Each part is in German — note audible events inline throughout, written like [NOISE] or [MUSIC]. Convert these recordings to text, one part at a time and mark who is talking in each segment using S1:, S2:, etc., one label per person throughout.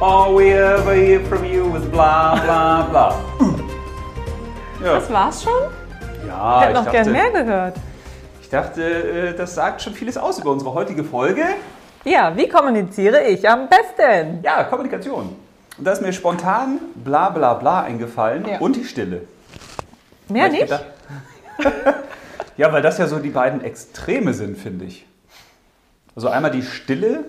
S1: All we ever hear from you is bla bla bla. Ja,
S2: Das war's schon? Ich
S1: ja
S2: hätte
S1: Ah, ich,
S2: noch gern mehr
S1: dachte,
S2: gehört.
S1: ich dachte, äh, das sagt schon vieles aus über unsere heutige Folge.
S2: Ja, wie kommuniziere ich am besten?
S1: Ja, Kommunikation. Und da ist mir spontan bla bla bla eingefallen
S2: Ja.
S1: und die Stille.
S2: Mehr
S1: Weil ich
S2: nicht?
S1: gedacht- [LAUGHS] ja, weil das ja so die beiden Extreme sind, finde ich. Also einmal die Stille,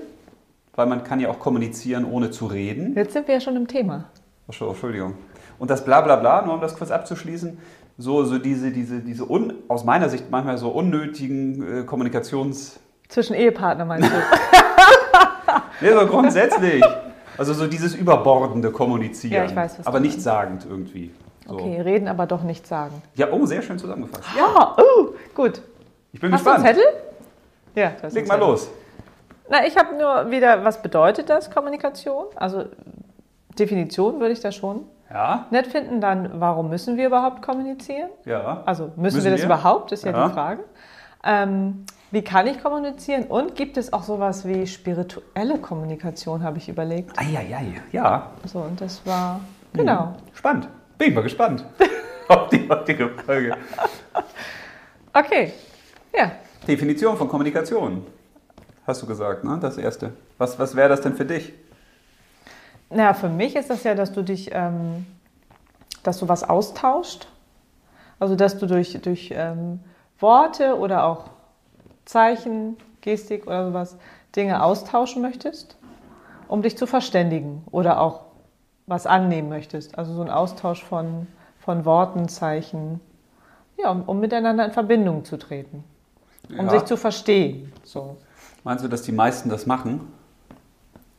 S1: weil man kann ja auch kommunizieren, ohne zu reden.
S2: Jetzt sind wir ja schon im Thema.
S1: Ach so, Entschuldigung. Und das Blablabla, nur um das kurz abzuschließen, so, so diese, diese, diese un, aus meiner Sicht manchmal so unnötigen äh, Kommunikations...
S2: Zwischen Ehepartner meinst du?
S1: Nee, so
S2: [LAUGHS]
S1: grundsätzlich. Also so dieses überbordende Kommunizieren.
S2: Ja, ich weiß, was du
S1: Aber nicht sagend irgendwie. So.
S2: Okay, reden, aber doch nicht sagen.
S1: Ja, oh, sehr schön zusammengefasst.
S2: Ja, uh, gut.
S1: Ich bin
S2: Hast du einen
S1: gespannt.
S2: Zettel? Ja, das
S1: Leg mal los.
S2: Na, ich habe nur wieder, was bedeutet das, Kommunikation? Also Definition würde ich da schon
S1: Ja,
S2: nett finden. Dann, warum müssen wir überhaupt kommunizieren?
S1: ja.
S2: Also müssen,
S1: Müssen
S2: wir das
S1: wir?
S2: überhaupt, ist ja,
S1: Ja.
S2: die Frage. Ähm, wie kann ich kommunizieren? Und gibt es auch sowas wie spirituelle Kommunikation, habe ich überlegt.
S1: Eieiei, ja.
S2: So, und das war, genau.
S1: Spannend. Bin ich mal
S2: [LAUGHS]
S1: gespannt auf die heutige Folge.
S2: Okay, ja.
S1: Definition von Kommunikation. Hast du gesagt, ne? Das erste. Was, was wäre das denn für dich?
S2: Naja, für mich ist das ja, dass du dich, ähm, dass du was austauscht. Also, dass du durch, durch ähm, Worte oder auch Zeichen, Gestik oder sowas Dinge austauschen möchtest, um dich zu verständigen oder auch was annehmen möchtest. Also so ein Austausch von, von Worten, Zeichen, ja, um, um miteinander in Verbindung zu treten, um
S1: Ja.
S2: sich zu verstehen. So.
S1: Meinst du, dass die meisten das machen?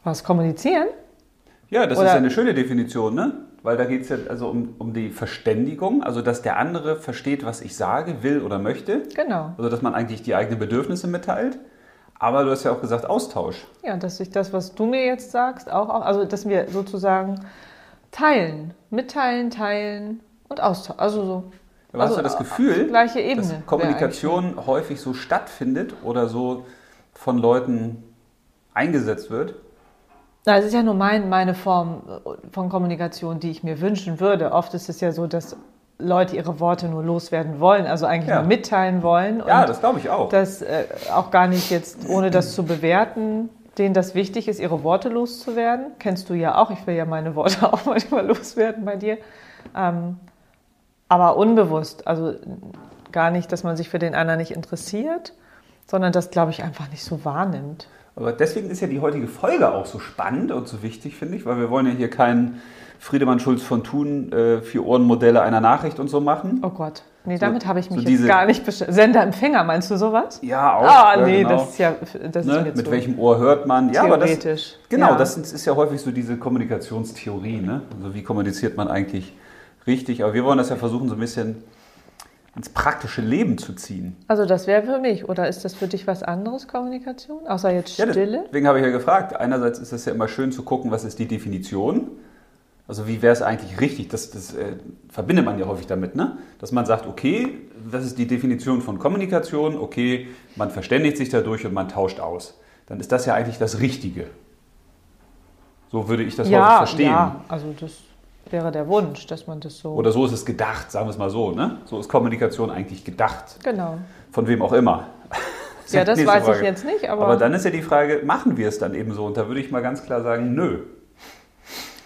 S2: Was kommunizieren?
S1: Ja, das ist
S2: Oder-
S1: ja eine schöne Definition, ne? Weil da geht es ja also um, um die Verständigung, also dass der andere versteht, was ich sage, will oder möchte.
S2: Genau.
S1: Also dass man eigentlich die eigenen Bedürfnisse mitteilt. Aber du hast ja auch gesagt, Austausch.
S2: Ja, dass ich das, was du mir jetzt sagst, auch, auch also dass wir sozusagen teilen, mitteilen, teilen und austauschen. Also so.
S1: Aber
S2: also
S1: hast du das
S2: auf
S1: Gefühl,
S2: gleiche Ebene wär
S1: dass Kommunikation häufig so stattfindet oder so von Leuten eingesetzt wird?
S2: Na, es ist ja nur mein, meine Form äh, von Kommunikation, die ich mir wünschen würde. Oft ist es ja so, dass Leute ihre Worte nur loswerden wollen, also eigentlich
S1: Ja.
S2: nur mitteilen wollen.
S1: Ja,
S2: und
S1: das glaube ich auch.
S2: dass äh, auch gar nicht jetzt, ohne das zu bewerten, denen das wichtig ist, ihre Worte loszuwerden. Kennst du ja auch, ich will ja meine Worte [LAUGHS] auch manchmal loswerden bei dir. Ähm, aber unbewusst, also gar nicht, dass man sich für den anderen nicht interessiert, sondern das, glaube ich, einfach nicht so wahrnimmt.
S1: Aber deswegen ist ja die heutige Folge auch so spannend und so wichtig, finde ich, weil wir wollen ja hier keinen Friedemann Schulz von Thun äh, vier Ohrenmodelle einer Nachricht und so machen.
S2: Oh Gott, nee, damit habe ich
S1: so
S2: mich
S1: diese-
S2: jetzt gar nicht beschäftigt. Sender im Finger, meinst du sowas?
S1: Ja, auch.
S2: ah,
S1: ja,
S2: nee,
S1: genau.
S2: das ist ja, das
S1: ne?
S2: ist mir
S1: Mit
S2: zu
S1: welchem Ohr hört man? Ja, aber das,
S2: theoretisch.
S1: genau,
S2: Ja.
S1: das ist ist ja häufig so diese Kommunikationstheorie. Ne? Also wie kommuniziert man eigentlich richtig? Aber wir wollen das ja versuchen, so ein bisschen ins praktische Leben zu ziehen.
S2: Also das wäre für mich. Oder ist das für dich was anderes, Kommunikation? Außer jetzt
S1: Ja,
S2: Stille?
S1: deswegen habe ich ja gefragt. Einerseits ist es ja immer schön zu gucken, was ist die Definition. Also wie wäre es eigentlich richtig? Das, das äh, verbindet man ja häufig damit, ne? Dass man sagt, okay, das ist die Definition von Kommunikation. Okay, man verständigt sich dadurch und man tauscht aus. Dann ist das ja eigentlich das Richtige. So würde ich das häufig verstehen.
S2: ja, also das wäre der Wunsch, dass man das so.
S1: Oder so ist es gedacht, sagen wir es mal so, ne? So ist Kommunikation eigentlich gedacht.
S2: genau.
S1: Von wem auch immer. ist
S2: [LAUGHS] Ja,
S1: die
S2: das
S1: nächste
S2: weiß ich
S1: Frage.
S2: jetzt nicht, aber,
S1: Aber dann ist ja die Frage, machen wir es dann eben so? Und da würde ich mal ganz klar sagen, nö.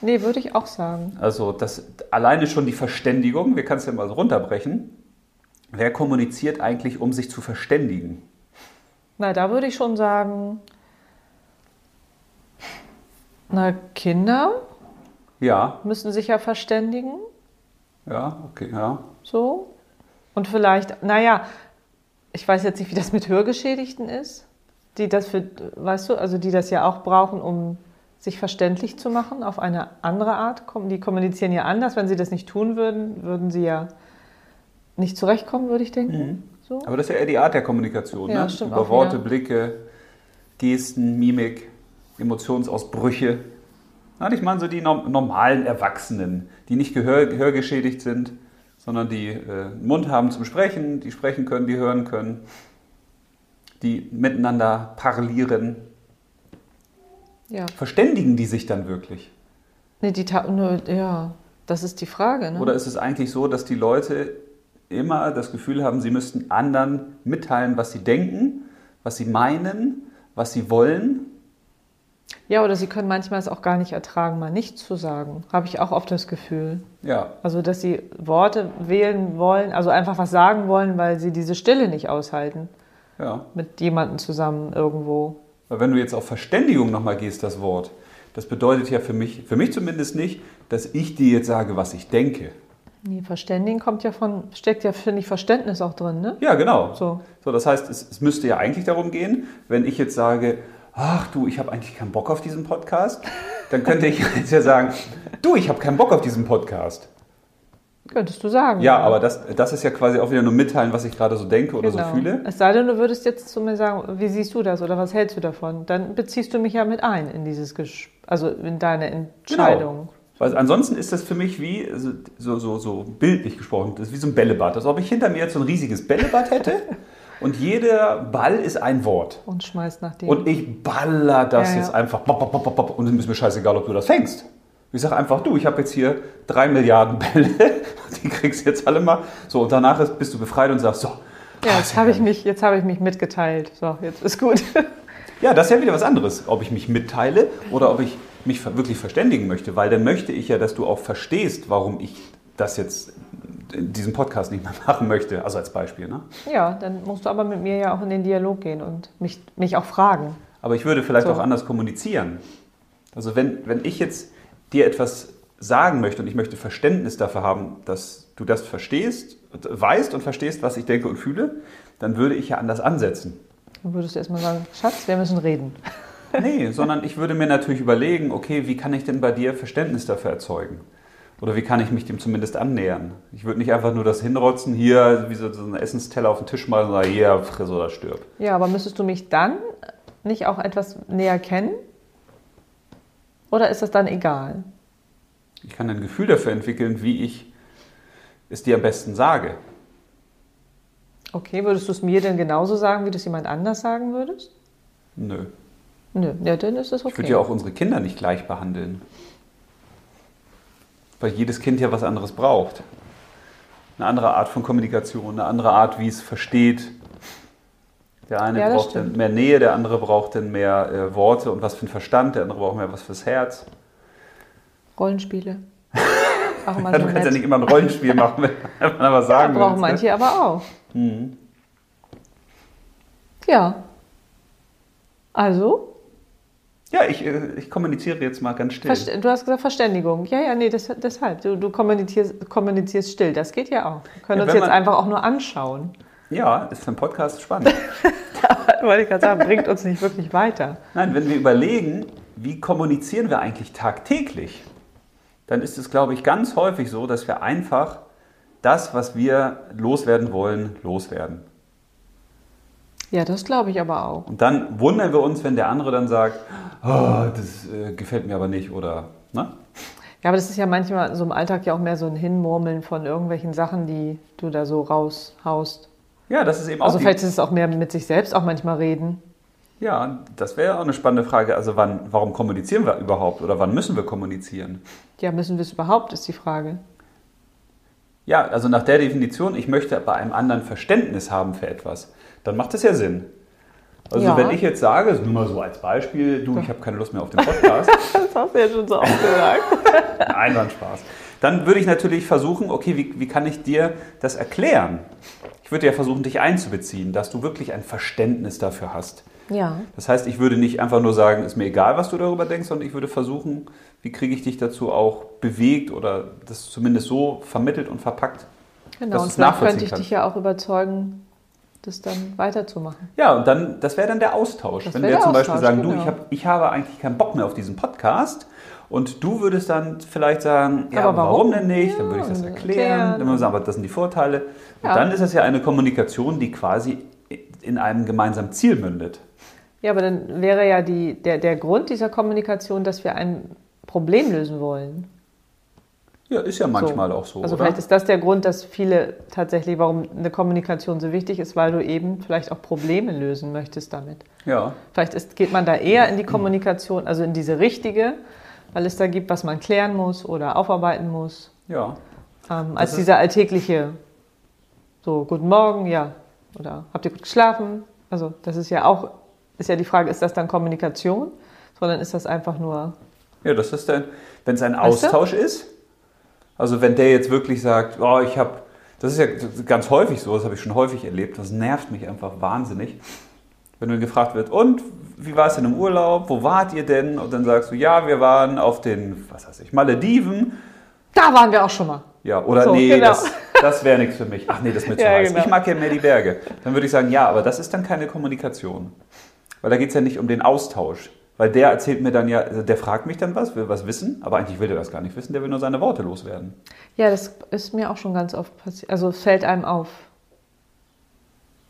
S2: nee, würde ich auch sagen.
S1: Also das alleine schon die Verständigung, wir können es ja mal so runterbrechen. Wer kommuniziert eigentlich, um sich zu verständigen?
S2: Na, da würde ich schon sagen, na Kinder
S1: Ja,
S2: müssen sich ja verständigen,
S1: ja, okay, ja.
S2: so und vielleicht, naja, ich weiß jetzt nicht, wie das mit Hörgeschädigten ist, die das für, weißt du, also die das ja auch brauchen, um sich verständlich zu machen auf eine andere Art. Kom- Die kommunizieren ja anders. Wenn sie das nicht tun würden, würden sie ja nicht zurechtkommen, würde ich denken.
S1: Mhm.
S2: So.
S1: Aber das ist ja eher die Art der Kommunikation,
S2: Ja,
S1: ne?
S2: stimmt
S1: Über
S2: auch
S1: Worte,
S2: wieder.
S1: Blicke, Gesten, Mimik, Emotionsausbrüche. Na, ich meine so die norm- normalen Erwachsenen, die nicht gehör gehörgeschädigt sind, sondern die äh, einen Mund haben zum Sprechen, die sprechen können, die hören können, die miteinander parlieren.
S2: Ja.
S1: Verständigen die sich dann wirklich?
S2: Nee, die Ta nur, ja, das ist die Frage. Ne?
S1: Oder ist es eigentlich so, dass die Leute immer das Gefühl haben, sie müssten anderen mitteilen, was sie denken, was sie meinen, was sie wollen?
S2: ja, oder sie können manchmal es auch gar nicht ertragen, mal nichts zu sagen. Habe ich auch oft das Gefühl.
S1: Ja.
S2: Also, dass sie Worte wählen wollen, also einfach was sagen wollen, weil sie diese Stille nicht aushalten.
S1: Ja.
S2: Mit jemandem zusammen irgendwo.
S1: Weil wenn du jetzt auf Verständigung nochmal gehst, das Wort, das bedeutet ja für mich, für mich zumindest nicht, dass ich dir jetzt sage, was ich denke.
S2: Nee, verständigen kommt ja von, steckt ja, finde ich, Verständnis auch drin, ne?
S1: Ja, genau.
S2: So.
S1: So, das heißt, es, es müsste ja eigentlich darum gehen, wenn ich jetzt sage, ach du, ich habe eigentlich keinen Bock auf diesen Podcast, dann könnte ich [LAUGHS] jetzt ja sagen, du, ich habe keinen Bock auf diesen Podcast.
S2: Könntest du sagen.
S1: Ja, aber das, das ist ja quasi auch wieder nur mitteilen, was ich gerade so denke oder
S2: Genau.
S1: so fühle.
S2: Es sei denn, du würdest jetzt zu mir sagen, wie siehst du das oder was hältst du davon? Dann beziehst du mich ja mit ein in dieses, Gesch also in deine Entscheidung.
S1: Weil Genau. Also ansonsten ist das für mich wie, also so, so, so bildlich gesprochen, das ist wie so ein Bällebad. Als ob ich hinter mir jetzt so ein riesiges Bällebad
S2: [LAUGHS]
S1: hätte und jeder Ball ist ein Wort.
S2: Und schmeißt nach dem.
S1: Genau. Und ich baller das
S2: Ja, ja.
S1: jetzt einfach. Bop, bop, bop, bop, bop, und es ist mir scheißegal, ob du das fängst. Ich sage einfach, du, ich habe jetzt hier drei Milliarden Bälle. [LAUGHS] Die kriegst du jetzt alle mal. So, und danach ist, bist du befreit und sagst, so.
S2: Ja,
S1: ah,
S2: jetzt
S1: sehr
S2: habe ich,
S1: geil.
S2: mich- jetzt hab ich mich mitgeteilt. So, jetzt ist gut. [LAUGHS]
S1: Ja, das ist ja wieder was anderes, ob ich mich mitteile oder ob ich mich ver- wirklich verständigen möchte. Weil dann möchte ich ja, dass du auch verstehst, warum ich das jetzt, diesen Podcast nicht mehr [LAUGHS] machen möchte. Also als Beispiel, ne?
S2: ja, dann musst du aber mit mir ja auch in den Dialog gehen und mich, mich auch fragen.
S1: Aber ich würde vielleicht
S2: So.
S1: auch anders kommunizieren. Also wenn, wenn ich jetzt dir etwas sagen möchte und ich möchte Verständnis dafür haben, dass du das verstehst, weißt und verstehst, was ich denke und fühle, dann würde ich ja anders ansetzen.
S2: Dann würdest du erstmal sagen, Schatz, wir müssen reden.
S1: Nee, sondern ich würde mir natürlich überlegen, okay, wie kann ich denn bei dir Verständnis dafür erzeugen? Oder wie kann ich mich dem zumindest annähern? Ich würde nicht einfach nur das hinrotzen, hier wie so so einen Essensteller auf den Tisch mal und sagen, hier, friss oder stirb.
S2: Ja, aber müsstest du mich dann nicht auch etwas näher kennen? Oder ist das dann egal?
S1: Ich kann ein Gefühl dafür entwickeln, wie ich es dir am besten sage.
S2: Okay, würdest du es mir denn genauso sagen, wie du es jemand anders sagen würdest?
S1: Nö.
S2: Nö, ja, dann ist es okay.
S1: Ich würde ja auch unsere Kinder nicht gleich behandeln. Weil jedes Kind ja was anderes braucht. Eine andere Art von Kommunikation, eine andere Art, wie es versteht. Der eine
S2: Ja, das
S1: braucht dann
S2: stimmt.
S1: mehr Nähe, der andere braucht dann mehr äh, Worte und was für den Verstand, der andere braucht mehr was fürs Herz.
S2: Rollenspiele.
S1: [LAUGHS]
S2: Auch
S1: Ja,
S2: mal
S1: du
S2: so
S1: kannst ja
S2: nett.
S1: nicht immer ein Rollenspiel machen, [LAUGHS] wenn man was
S2: Ja,
S1: sagen
S2: brauchen
S1: willst, ne?
S2: manche aber auch.
S1: Mhm.
S2: Ja. Also,
S1: Ja, ich, äh, ich kommuniziere jetzt mal ganz still.
S2: Verst- du hast gesagt Verständigung. Ja, ja, nee, das, deshalb. Du, du kommunizierst, kommunizierst still. Das geht ja auch. Wir können
S1: Ja,
S2: uns
S1: wenn
S2: jetzt
S1: man-
S2: einfach auch nur anschauen.
S1: Ja, ist für einen Podcast spannend.
S2: [LAUGHS] Wollte ich gerade sagen, bringt uns nicht wirklich weiter.
S1: Nein, wenn wir überlegen, wie kommunizieren wir eigentlich tagtäglich, dann ist es, glaube ich, ganz häufig so, dass wir einfach das, was wir loswerden wollen, loswerden.
S2: Ja, das glaube ich aber auch.
S1: Und dann wundern wir uns, wenn der andere dann sagt, "Ah, das äh, gefällt mir aber nicht oder, ne?
S2: Ja, aber das ist ja manchmal so im Alltag ja auch mehr so ein Hinmurmeln von irgendwelchen Sachen, die du da so raushaust.
S1: Ja, das ist eben auch
S2: Also
S1: die-
S2: vielleicht ist es auch mehr mit sich selbst auch manchmal reden.
S1: Ja, das wäre auch eine spannende Frage. Also wann, warum kommunizieren wir überhaupt oder wann müssen wir kommunizieren?
S2: Ja, müssen wir es überhaupt, ist die Frage.
S1: Ja, also nach der Definition, ich möchte bei einem anderen Verständnis haben für etwas, dann macht es ja Sinn. Also
S2: Ja.
S1: wenn ich jetzt sage, nur mal so als Beispiel, du, ich habe keine Lust mehr auf den Podcast,
S2: Das hast du ja schon so oft gesagt.
S1: nein, war ein Spaß, dann würde ich natürlich versuchen, okay, wie, wie kann ich dir das erklären? Ich würde ja versuchen, dich einzubeziehen, dass du wirklich ein Verständnis dafür hast.
S2: Ja.
S1: Das heißt, ich würde nicht einfach nur sagen, ist mir egal, was du darüber denkst, sondern ich würde versuchen, wie kriege ich dich dazu auch bewegt oder das zumindest so vermittelt und verpackt,
S2: Genau,
S1: Dass
S2: und
S1: du's
S2: vielleicht könnte
S1: nachvollziehen
S2: ich
S1: kannst.
S2: dich ja auch überzeugen, das dann weiterzumachen.
S1: Ja, und dann, das wäre dann der Austausch.
S2: Das
S1: Wenn wir
S2: wäre
S1: jetzt
S2: der
S1: zum Beispiel
S2: Austausch,
S1: sagen, du,
S2: genau.
S1: ich, hab, ich habe eigentlich keinen Bock mehr auf diesen Podcast. Und du würdest dann vielleicht sagen, ja,
S2: Aber
S1: aber warum?
S2: warum?
S1: denn nicht? dann würde ich das
S2: Ja,
S1: erklären.
S2: erklären.
S1: Dann würden wir sagen, aber das sind die Vorteile. Und
S2: Ja.
S1: dann ist es ja eine Kommunikation, die quasi in einem gemeinsamen Ziel mündet.
S2: Ja, aber dann wäre ja die, der, der Grund dieser Kommunikation, dass wir ein Problem lösen wollen.
S1: Ja, ist ja manchmal
S2: so.
S1: auch so.
S2: Also
S1: oder?
S2: vielleicht ist das der Grund, dass viele tatsächlich, warum eine Kommunikation so wichtig ist, weil du eben vielleicht auch Probleme lösen möchtest damit.
S1: ja.
S2: Vielleicht ist, geht man da eher in die Kommunikation, also in diese richtige, weil es da gibt, was man klären muss oder aufarbeiten muss,
S1: Ja.
S2: ähm,
S1: Das
S2: als
S1: ist-
S2: dieser alltägliche, so guten Morgen, ja, oder habt ihr gut geschlafen? Also das ist ja auch, ist ja die Frage, ist das dann Kommunikation, sondern ist das einfach nur,
S1: Ja, das ist dann, wenn es ein
S2: Weißt du?
S1: Austausch ist. Also wenn der jetzt wirklich sagt, oh, ich habe, das ist ja ganz häufig so, das habe ich schon häufig erlebt, das nervt mich einfach wahnsinnig. Wenn du gefragt wird, und wie war es denn im Urlaub? Wo wart ihr denn? Und dann sagst du, ja, wir waren auf den, was weiß ich, Malediven.
S2: da waren wir auch schon mal.
S1: Ja, oder
S2: So,
S1: nee,
S2: genau.
S1: das, das wäre nichts für mich. Ach nee, das ist
S2: [LAUGHS]
S1: mir zu
S2: Ja,
S1: heiß.
S2: genau.
S1: Ich mag ja mehr die Berge. Dann würde ich sagen, ja, aber das ist dann keine Kommunikation. Weil da geht es ja nicht um den Austausch. Weil der erzählt mir dann ja, also der fragt mich dann was, will was wissen, aber eigentlich will der das gar nicht wissen, der will nur seine Worte loswerden.
S2: Ja, das ist mir auch schon ganz oft passiert. Also es fällt einem auf,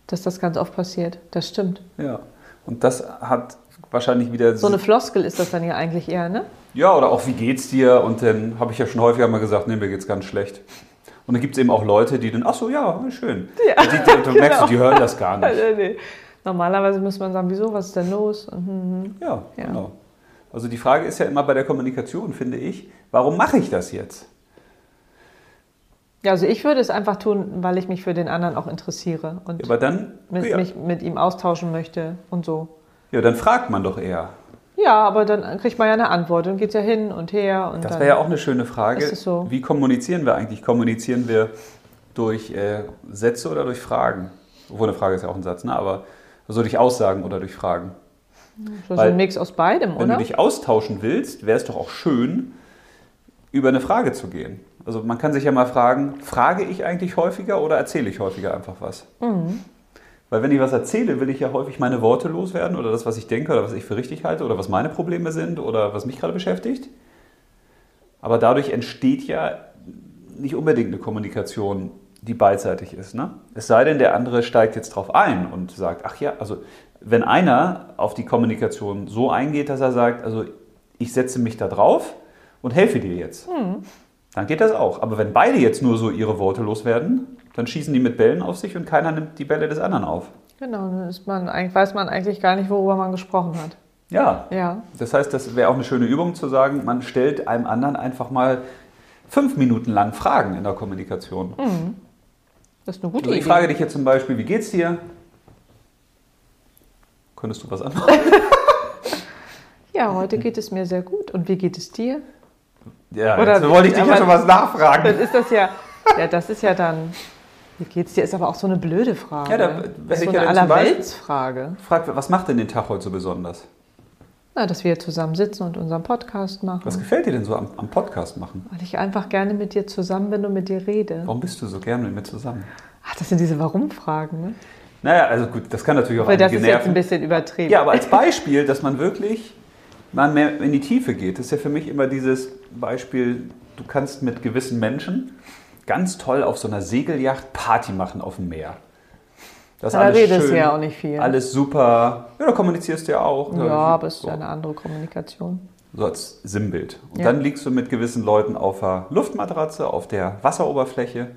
S2: dass das ganz oft passiert. Das stimmt.
S1: Ja. Und das hat wahrscheinlich wieder.
S2: So eine Floskel ist das dann ja eigentlich eher, ne?
S1: ja, oder auch, wie geht's dir? Und dann habe ich ja schon häufiger mal gesagt, nee, mir geht's ganz schlecht. Und dann gibt es eben auch Leute, die dann, ach so, ja, schön.
S2: Ja,
S1: die, die, du merkst,
S2: [LAUGHS] genau.
S1: die hören das gar nicht.
S2: Also, [LAUGHS] nee. Normalerweise müsste man sagen, wieso, was ist denn los? Und, hm, hm.
S1: Ja,
S2: Ja.
S1: genau. Also die Frage ist ja immer bei der Kommunikation, finde ich, warum mache ich das jetzt?
S2: Ja, also ich würde es einfach tun, weil ich mich für den anderen auch interessiere und
S1: Aber dann,
S2: mit,
S1: ja,
S2: mich mit ihm austauschen möchte und so.
S1: ja, dann fragt man doch eher.
S2: Ja, aber dann kriegt man ja eine Antwort und geht ja hin und her und
S1: Das
S2: dann.
S1: wäre ja auch eine schöne Frage.
S2: Ist es so?
S1: Wie kommunizieren wir eigentlich? Kommunizieren wir durch äh, Sätze oder durch Fragen? Obwohl eine Frage ist ja auch ein Satz, ne? aber so durch Aussagen oder durch Fragen.
S2: so
S1: weil-
S2: ein Mix aus beidem,
S1: Wenn
S2: oder?
S1: du dich austauschen willst, wäre es doch auch schön, über eine Frage zu gehen. Also man kann sich ja mal fragen, frage ich eigentlich häufiger oder erzähle ich häufiger einfach was? Weil wenn ich was erzähle, will ich ja häufig meine Worte loswerden oder das, was ich denke oder was ich für richtig halte oder was meine Probleme sind oder was mich gerade beschäftigt. Aber dadurch entsteht ja nicht unbedingt eine Kommunikation, die beidseitig ist. Ne? Es sei denn, der andere steigt jetzt drauf ein und sagt, ach ja, also wenn einer auf die Kommunikation so eingeht, dass er sagt, also ich setze mich da drauf und helfe dir jetzt, dann geht das auch. Aber wenn beide jetzt nur so ihre Worte loswerden, dann schießen die mit Bällen auf sich und keiner nimmt die Bälle des anderen auf.
S2: Genau, dann ist man, eigentlich- weiß man eigentlich gar nicht, worüber man gesprochen hat.
S1: Ja,
S2: Ja,
S1: das heißt, das wäre auch eine schöne Übung zu sagen, man stellt einem anderen einfach mal fünf Minuten lang Fragen in der Kommunikation.
S2: das ist eine gute
S1: Also
S2: Idee.
S1: ich frage dich jetzt zum Beispiel, wie geht's dir? Könntest du was antworten?
S2: Ja, heute geht es mir sehr gut. Und wie geht es dir?
S1: [LAUGHS] Ja,
S2: Oder-
S1: jetzt wollte ich dich ja
S2: aber-
S1: schon was
S2: Dann
S1: nachfragen.
S2: ist das ja, ja, das ist ja dann, wie geht's dir? Ist aber auch so eine blöde Frage.
S1: Ja, da
S2: das
S1: hätte
S2: ist
S1: ich
S2: so
S1: ja
S2: eine
S1: dann zum Beispiel-
S2: Allerweltsfrage.
S1: Fragt, was macht denn den Tag heute so besonders?
S2: Na, dass wir zusammen sitzen und unseren Podcast machen.
S1: Was gefällt dir denn so am, am Podcast machen?
S2: Weil ich einfach gerne mit dir zusammen bin und mit dir rede.
S1: Warum bist du so gern mit mir zusammen?
S2: Ach, das sind diese Warum-Fragen, ne?
S1: Naja, also gut, das kann natürlich auch
S2: Weil das
S1: einige
S2: ist jetzt ein
S1: nerven.
S2: bisschen übertrieben.
S1: Ja, aber als Beispiel, dass man wirklich mal mehr in die Tiefe geht, das ist ja für mich immer dieses Beispiel, du kannst mit gewissen Menschen ganz toll auf so einer Segelyacht Party machen auf dem Meer. Das ist
S2: da
S1: alles
S2: redest
S1: schön,
S2: du ja auch nicht viel.
S1: Alles super. Ja, da kommunizierst du ja auch.
S2: ja, aber es ist
S1: so.
S2: ja eine andere Kommunikation.
S1: So als Sinnbild. Und
S2: Ja.
S1: dann liegst du mit gewissen Leuten auf der Luftmatratze, auf der Wasseroberfläche,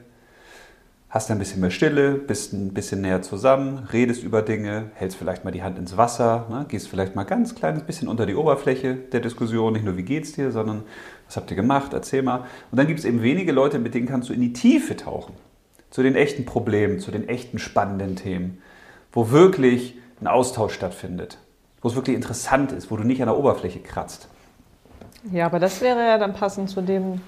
S1: hast ein bisschen mehr Stille, bist ein bisschen näher zusammen, redest über Dinge, hältst vielleicht mal die Hand ins Wasser, ne? gehst vielleicht mal ganz kleines bisschen unter die Oberfläche der Diskussion, nicht nur wie geht's dir, sondern was habt ihr gemacht, erzähl mal. Und dann gibt es eben wenige Leute, mit denen kannst du in die Tiefe tauchen. Zu den echten Problemen, zu den echten spannenden Themen, wo wirklich ein Austausch stattfindet, wo es wirklich interessant ist, wo du nicht an der Oberfläche kratzt.
S2: Ja, aber das wäre ja dann passend zu dem,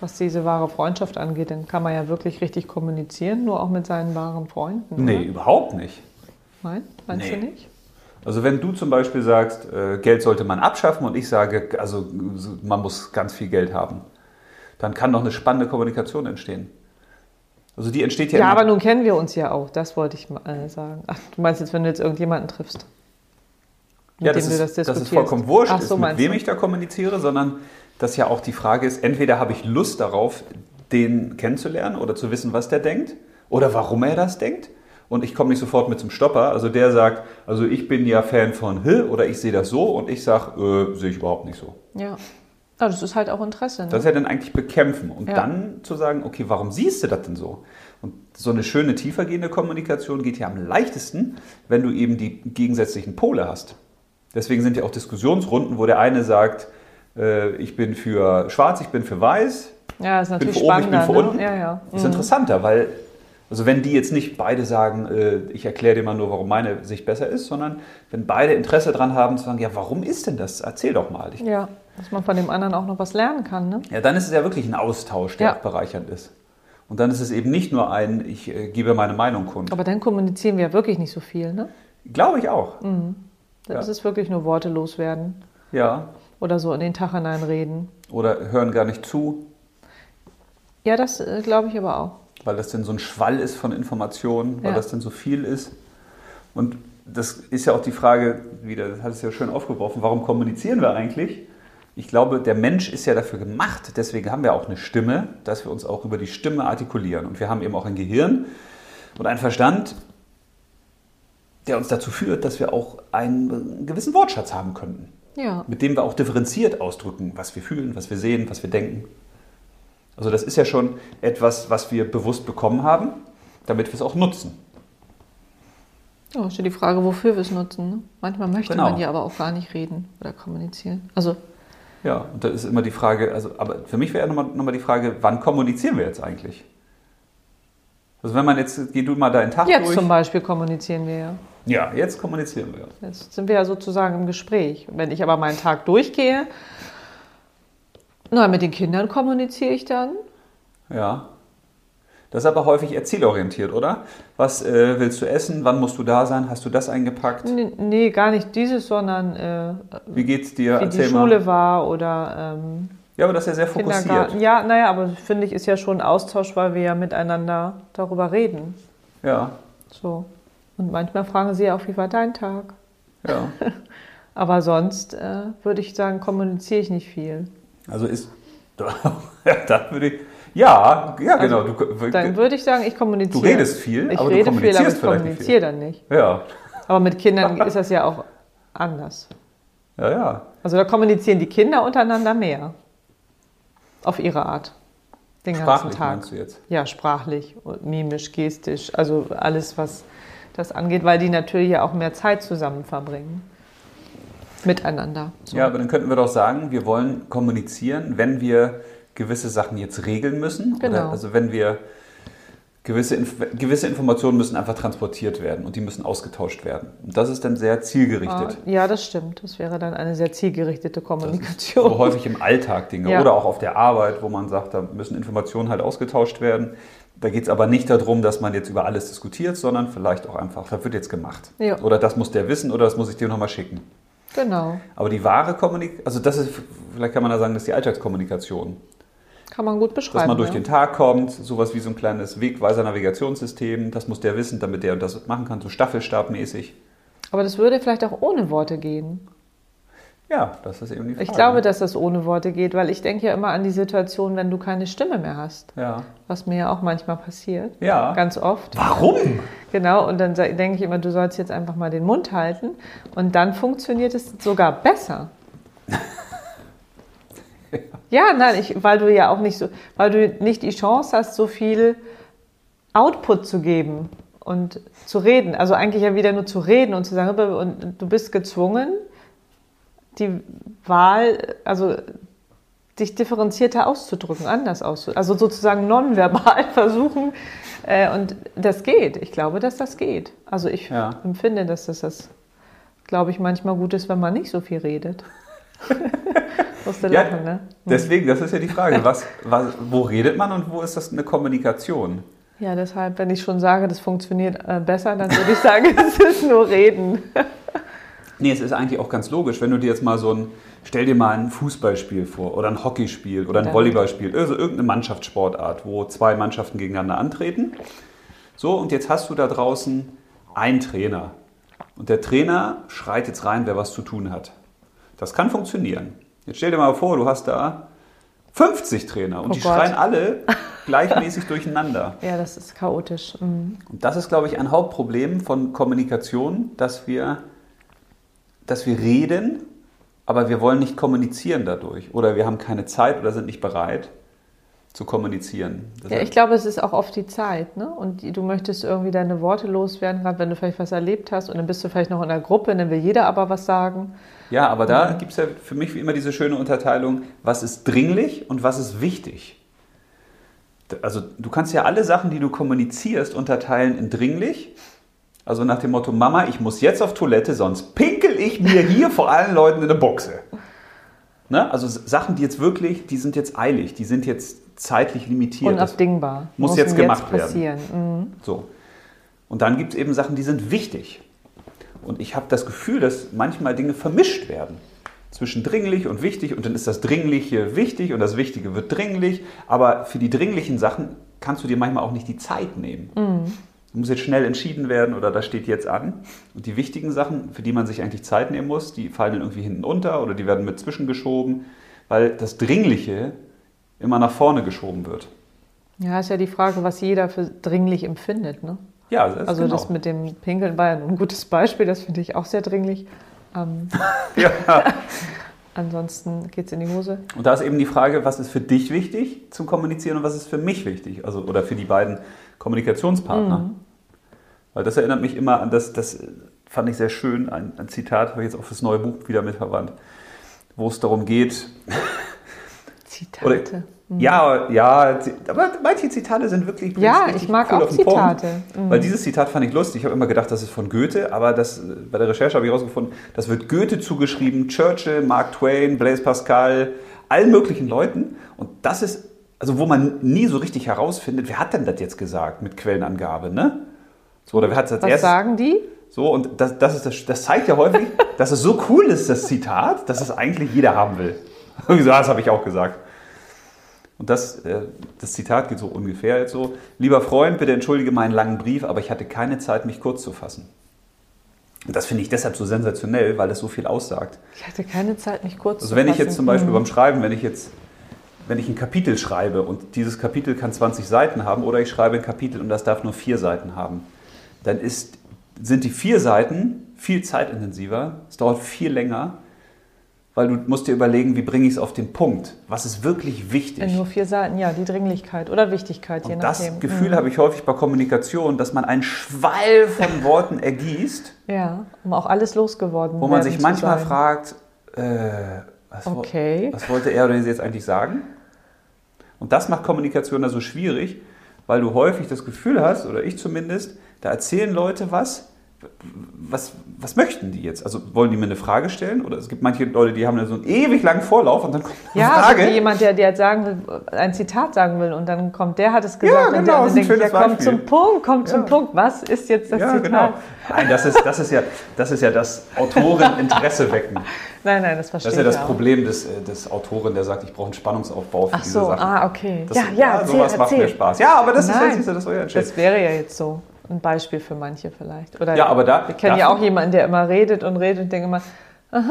S2: was diese wahre Freundschaft angeht. Dann kann man ja wirklich richtig kommunizieren, nur auch mit seinen wahren Freunden.
S1: Nee,
S2: Oder?
S1: überhaupt nicht.
S2: Nein? Meinst
S1: Nee.
S2: du nicht?
S1: Also wenn du zum Beispiel sagst, äh, Geld sollte man abschaffen und ich sage, also so, man muss ganz viel Geld haben, dann kann doch eine spannende Kommunikation entstehen. Also die entsteht ja,
S2: Ja,
S1: immer.
S2: aber nun kennen wir uns ja auch. Das wollte ich mal, äh, sagen. Ach, du meinst jetzt, wenn du jetzt irgendjemanden triffst, mit
S1: ja, das,
S2: dem
S1: ist,
S2: du das diskutierst.
S1: dass es vollkommen wurscht
S2: Ach
S1: ist,
S2: so,
S1: mit
S2: meinst
S1: wem
S2: du.
S1: ich da kommuniziere, sondern dass ja auch die Frage ist, entweder habe ich Lust darauf, den kennenzulernen oder zu wissen, was der denkt oder warum er das denkt. Und ich komme nicht sofort mit zum Stopper. Also der sagt, also ich bin ja Fan von Hill oder ich sehe das so und ich sage, äh, sehe ich überhaupt nicht so.
S2: Ja. Ja, das ist halt auch Interesse. Ne?
S1: Das ist ja dann eigentlich bekämpfen und
S2: Ja.
S1: dann zu sagen, okay, warum siehst du das denn so? Und so eine schöne, tiefergehende Kommunikation geht ja am leichtesten, wenn du eben die gegensätzlichen Pole hast. Deswegen sind ja auch Diskussionsrunden, wo der eine sagt, äh, ich bin für schwarz, ich bin für weiß,
S2: ja, ist
S1: ich bin
S2: natürlich
S1: für oben, ich bin
S2: spannender.
S1: für
S2: ne?
S1: unten.
S2: Ja, ja.
S1: Ist interessanter, weil, also wenn die jetzt nicht beide sagen, äh, ich erkläre dir mal nur, warum meine Sicht besser ist, sondern wenn beide Interesse daran haben, zu sagen, ja, warum ist denn das? Erzähl doch mal. Ich,
S2: Ja, dass man von dem anderen auch noch was lernen kann. Ne?
S1: ja, dann ist es ja wirklich ein Austausch, der
S2: Ja.
S1: auch bereichernd ist. Und dann ist es eben nicht nur ein, ich äh, gebe meine Meinung kund.
S2: Aber dann kommunizieren wir ja wirklich nicht so viel. Ne?
S1: Glaube ich auch.
S2: Mhm. Dann
S1: Ja.
S2: ist es wirklich nur Worte loswerden
S1: Ja.
S2: oder so in den Tag hineinreden.
S1: Oder hören gar nicht zu,
S2: Ja, das äh, glaube ich aber auch.
S1: weil das denn so ein Schwall ist von Informationen, weil
S2: Ja.
S1: das denn so viel ist. Und das ist ja auch die Frage, wieder, das hat es ja schön aufgeworfen, warum kommunizieren wir eigentlich? Ich glaube, der Mensch ist ja dafür gemacht, deswegen haben wir auch eine Stimme, dass wir uns auch über die Stimme artikulieren. Und wir haben eben auch ein Gehirn und einen Verstand, der uns dazu führt, dass wir auch einen gewissen Wortschatz haben könnten,
S2: Ja,
S1: mit dem wir auch differenziert ausdrücken, was wir fühlen, was wir sehen, was wir denken. Also das ist ja schon etwas, was wir bewusst bekommen haben, damit wir es auch nutzen.
S2: ja ist ja die Frage, wofür wir es nutzen. Ne? Manchmal möchte
S1: Genau.
S2: man ja aber auch gar nicht reden oder kommunizieren. Also,
S1: Ja, und da ist immer die Frage, also, aber für mich wäre nochmal noch mal die Frage, wann kommunizieren wir jetzt eigentlich? Also wenn man jetzt, geh du mal deinen Tag
S2: jetzt
S1: durch.
S2: zum Beispiel kommunizieren wir ja.
S1: ja, jetzt kommunizieren wir.
S2: Jetzt sind wir ja sozusagen im Gespräch. Und Wenn ich aber meinen Tag durchgehe, na, mit den Kindern kommuniziere ich dann.
S1: Ja. Das ist aber häufig erzielorientiert, oder? Was äh, willst du essen? Wann musst du da sein? Hast du das eingepackt?
S2: Nee, nee gar nicht dieses, sondern äh,
S1: Wie geht's dir?
S2: wie die Schule war oder ähm,
S1: Ja, aber das ist ja sehr fokussiert.
S2: Kindergarten. Ja, naja, aber finde ich, ist ja schon ein Austausch, weil wir ja miteinander darüber reden.
S1: Ja,
S2: So. Und manchmal fragen sie ja auch, wie war dein Tag?
S1: ja.
S2: Aber sonst äh, würde ich sagen, kommuniziere ich nicht viel.
S1: Also ist. [LAUGHS] ja, da würde ich. Ja, ja, genau. du,
S2: Also Dann würde ich sagen, ich
S1: du
S2: kommuniziere.
S1: redest viel,
S2: ich
S1: aber du
S2: rede viel, aber
S1: kommunizierst
S2: ich
S1: vielleicht nicht viel.
S2: kommuniziere dann nicht.
S1: Ja,
S2: Aber mit Kindern
S1: [LAUGHS]
S2: ist das ja auch anders.
S1: ja, ja.
S2: Also da kommunizieren die Kinder untereinander mehr. Auf ihre Art. Den ganzen
S1: Sprachlich
S2: Tag.
S1: meinst du jetzt?
S2: Ja, sprachlich, und mimisch, gestisch, also alles, was das angeht, weil die natürlich ja auch mehr Zeit zusammen verbringen. Miteinander. So.
S1: Ja, aber dann könnten wir doch sagen, wir wollen kommunizieren, wenn wir gewisse Sachen jetzt regeln müssen.
S2: Genau.
S1: Oder also wenn wir gewisse, Inf gewisse Informationen müssen einfach transportiert werden und die müssen ausgetauscht werden. Und das ist dann sehr zielgerichtet.
S2: Ah, ja, das stimmt. Das wäre dann eine sehr zielgerichtete
S1: So
S2: Kommunikation.
S1: häufig im Alltag Dinge
S2: Ja.
S1: oder auch auf der Arbeit, wo man sagt, da müssen Informationen halt ausgetauscht werden. Da geht es aber nicht darum, dass man jetzt über alles diskutiert, sondern vielleicht auch einfach, das wird jetzt gemacht.
S2: Ja.
S1: Oder das muss der wissen oder das muss ich dir nochmal schicken.
S2: Genau.
S1: Aber die wahre Kommunikation, also das ist, vielleicht kann man da sagen, das ist die Alltagskommunikation.
S2: Kann man gut
S1: Dass
S2: beschreiben.
S1: man durch
S2: ja.
S1: den Tag kommt, sowas wie so ein kleines Wegweiser-Navigationssystem, das muss der wissen, damit der und das machen kann, so staffelstabmäßig.
S2: Aber das würde vielleicht auch ohne Worte gehen.
S1: Ja, das ist eben die Frage.
S2: Ich glaube, dass das ohne Worte geht, weil ich denke ja immer an die Situation, wenn du keine Stimme mehr hast.
S1: Ja.
S2: Was mir ja auch manchmal passiert.
S1: Ja.
S2: Ganz oft.
S1: Warum?
S2: Genau, und dann se- denke ich immer, du sollst jetzt einfach mal den Mund halten und dann funktioniert es sogar besser. ja, nein, ich, weil du ja auch nicht so, weil du nicht die Chance hast, so viel Output zu geben und zu reden. Also eigentlich ja wieder nur zu reden und zu sagen, und du bist gezwungen, die Wahl, also dich differenzierter auszudrücken, anders auszudrücken. Also sozusagen nonverbal [LAUGHS] versuchen. Äh, und das geht. Ich glaube, dass das geht. Also ich
S1: Ja.
S2: empfinde, dass das, das glaube ich, manchmal gut ist, wenn man nicht so viel redet. [LAUGHS] Musste
S1: Ja.
S2: lachen, ne?
S1: Deswegen, das ist ja die Frage, was, was, wo redet man und wo ist das eine Kommunikation?
S2: Ja, deshalb, wenn ich schon sage, das funktioniert äh, besser, dann würde ich sagen, [LAUGHS] es ist nur Reden.
S1: Nee, es ist eigentlich auch ganz logisch, wenn du dir jetzt mal so ein, stell dir mal ein Fußballspiel vor oder ein Hockeyspiel oder ein
S2: Ja.
S1: Volleyballspiel, also irgendeine Mannschaftssportart, wo zwei Mannschaften gegeneinander antreten. So, und jetzt hast du da draußen einen Trainer. Und der Trainer schreit jetzt rein, wer was zu tun hat. Das kann funktionieren. Jetzt stell dir mal vor, du hast da 50 Trainer und
S2: Oh
S1: die
S2: Gott.
S1: schreien
S2: [LAUGHS]
S1: alle gleichmäßig durcheinander.
S2: Ja, das ist chaotisch. Mhm.
S1: Und das ist, glaube ich, ein Hauptproblem von Kommunikation, dass wir, dass wir reden, aber wir wollen nicht kommunizieren dadurch oder wir haben keine Zeit oder sind nicht bereit zu kommunizieren. Das
S2: Ja, ich glaube, es ist auch oft die Zeit, ne? Und die- du möchtest irgendwie deine Worte loswerden, gerade wenn du vielleicht was erlebt hast und dann bist du vielleicht noch in der Gruppe, dann will jeder aber was sagen.
S1: Ja, aber da gibt es ja für mich wie immer diese schöne Unterteilung, was ist dringlich und was ist wichtig. D- Also du kannst ja alle Sachen, die du kommunizierst, unterteilen in dringlich. Also nach dem Motto, Mama, ich muss jetzt auf Toilette, sonst pinkel ich mir hier vor allen Leuten in eine Buchse. Ne? Also S- Sachen, die jetzt wirklich, die sind jetzt eilig, die sind jetzt zeitlich limitiert. Das-
S2: Unabdingbar.
S1: muss
S2: Müssen
S1: jetzt gemacht werden.
S2: passieren. Mhm.
S1: So. Und dann gibt es eben Sachen, die sind wichtig. Und ich habe das Gefühl, dass manchmal Dinge vermischt werden. Zwischen dringlich und wichtig. Und dann ist das Dringliche wichtig und das Wichtige wird dringlich. Aber für die dringlichen Sachen kannst du dir manchmal auch nicht die Zeit nehmen.
S2: Mhm.
S1: Muss jetzt schnell entschieden werden oder das steht jetzt an. Und die wichtigen Sachen, für die man sich eigentlich Zeit nehmen muss, die fallen dann irgendwie hinten unter oder die werden mit zwischengeschoben, weil das Dringliche immer nach vorne geschoben wird.
S2: Ja, ist ja die Frage, was jeder für dringlich empfindet, ne?
S1: Ja, das ist
S2: also
S1: genau.
S2: das mit dem Pinkeln war ja ein gutes Beispiel, das finde ich auch sehr dringlich. Ähm,
S1: [LAUGHS] ja.
S2: ansonsten geht's in die Hose.
S1: Und da ist eben die Frage, was ist für dich wichtig zum Kommunizieren und was ist für mich wichtig? Also, oder für die beiden Kommunikationspartner. Weil das erinnert mich immer an das, das äh, fand ich sehr schön, ein, ein Zitat habe ich jetzt auch fürs neue Buch wieder mitverwandt, wo es darum geht,
S2: Zitate. Mhm.
S1: ja, ja, Zi- aber manche Zitate sind wirklich
S2: Ja,
S1: richtig
S2: ich mag
S1: cool
S2: auch
S1: auf den Punkt.
S2: Zitate. Mhm.
S1: Weil dieses Zitat fand ich lustig. Ich habe immer gedacht, das ist von Goethe, aber das, äh, bei der Recherche habe ich herausgefunden, das wird Goethe zugeschrieben, Churchill, Mark Twain, Blaise Pascal, allen möglichen Leuten. Und das ist, also wo man nie so richtig herausfindet, wer hat denn das jetzt gesagt mit Quellenangabe, ne? So, oder wer hat es als
S2: Was
S1: erstes
S2: sagen die?
S1: so, und das, das, ist das, das zeigt ja häufig, [LAUGHS] dass es so cool ist, das Zitat, dass es eigentlich jeder haben will. [LAUGHS] Irgendwie so, das habe ich auch gesagt. Und das, äh, das Zitat geht so ungefähr jetzt so. Lieber Freund, bitte entschuldige meinen langen Brief, aber ich hatte keine Zeit, mich kurz zu fassen. Und das finde ich deshalb so sensationell, weil das so viel aussagt.
S2: Ich hatte keine Zeit, mich kurz
S1: Also
S2: zu
S1: wenn ich jetzt
S2: fassen.
S1: zum Beispiel
S2: Mhm.
S1: beim Schreiben, wenn ich jetzt, wenn ich ein Kapitel schreibe und dieses Kapitel kann 20 Seiten haben oder ich schreibe ein Kapitel und das darf nur vier Seiten haben, dann ist, sind die vier Seiten viel zeitintensiver, es dauert viel länger, weil du musst dir überlegen, wie bringe ich es auf den Punkt, was ist wirklich wichtig.
S2: In nur vier Seiten, ja, die Dringlichkeit oder Wichtigkeit, je
S1: Und
S2: nachdem.
S1: das Gefühl habe ich häufig bei Kommunikation, dass man einen Schwall von Worten ergießt,
S2: Ja, um auch alles losgeworden
S1: wo man
S2: werden
S1: sich
S2: zu
S1: manchmal
S2: sein.
S1: fragt, äh, was, wo-
S2: Okay.
S1: was wollte er oder sie jetzt eigentlich sagen? Und das macht Kommunikation da so schwierig, weil du häufig das Gefühl hast, oder ich zumindest, da erzählen Leute was. Was, was möchten die jetzt? Also wollen die mir eine Frage stellen? Oder es gibt manche Leute, die haben da so einen ewig langen Vorlauf und dann kommt eine
S2: Ja,
S1: Frage.
S2: also wie jemand, der dir jetzt sagen will, ein Zitat sagen will und dann kommt der, hat es gesagt
S1: Ja,
S2: und
S1: genau,
S2: der
S1: ist
S2: andere
S1: ein
S2: denkt, ja,
S1: schönes
S2: komm
S1: Beispiel.
S2: zum Punkt, komm zum
S1: Ja.
S2: Punkt. Was ist jetzt das
S1: ja,
S2: Zitat?
S1: genau. Nein, das ist, das ist ja das, ist ja das Autoreninteresse wecken.
S2: Nein, nein, das verstehe
S1: Das ist ja das
S2: ich auch.
S1: Problem des, äh, des Autoren, der sagt, ich brauche einen Spannungsaufbau für
S2: Ach
S1: diese
S2: so,
S1: Sachen.
S2: ah, okay.
S1: Das,
S2: ja, ja, erzähl,
S1: sowas macht
S2: erzähl.
S1: mir Spaß. Ja, aber das ist ja,
S2: Nein.
S1: siehst du, das war ja ein Schild.
S2: Das wäre ja jetzt so ein Beispiel für manche vielleicht. Oder
S1: Ja, aber da-
S2: wir kennen ja
S1: da-
S2: auch jemanden, der immer redet und redet und denkt immer,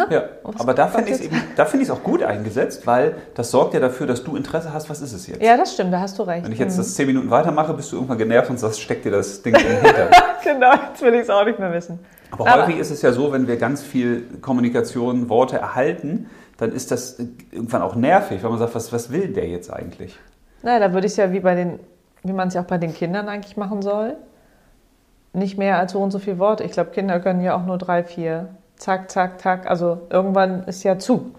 S1: Ja,
S2: Oh, Was
S1: aber da finde
S2: kommt
S1: ich es auch gut eingesetzt, weil das sorgt ja dafür, dass du Interesse hast, was ist es jetzt?
S2: ja, Mhm. das stimmt, da hast du recht.
S1: Wenn ich jetzt das 10 Minuten weitermache, bist du irgendwann genervt und sagst, steck dir das Ding in den
S2: [LAUGHS]
S1: Hintern.
S2: genau, jetzt will ich es auch nicht mehr wissen.
S1: Aber,
S2: Aber-
S1: häufig ist es ja so, wenn wir ganz viel Kommunikation, Worte erhalten, dann ist das äh, irgendwann auch nervig, weil man sagt, was, was will der jetzt eigentlich?
S2: Naja, da würde ich es ja wie bei den, wie man es ja auch bei den Kindern eigentlich machen soll, nicht mehr als so und so viel Worte. Ich glaube, Kinder können ja auch nur drei, vier. Zack, zack, zack. Also irgendwann ist ja zu. Und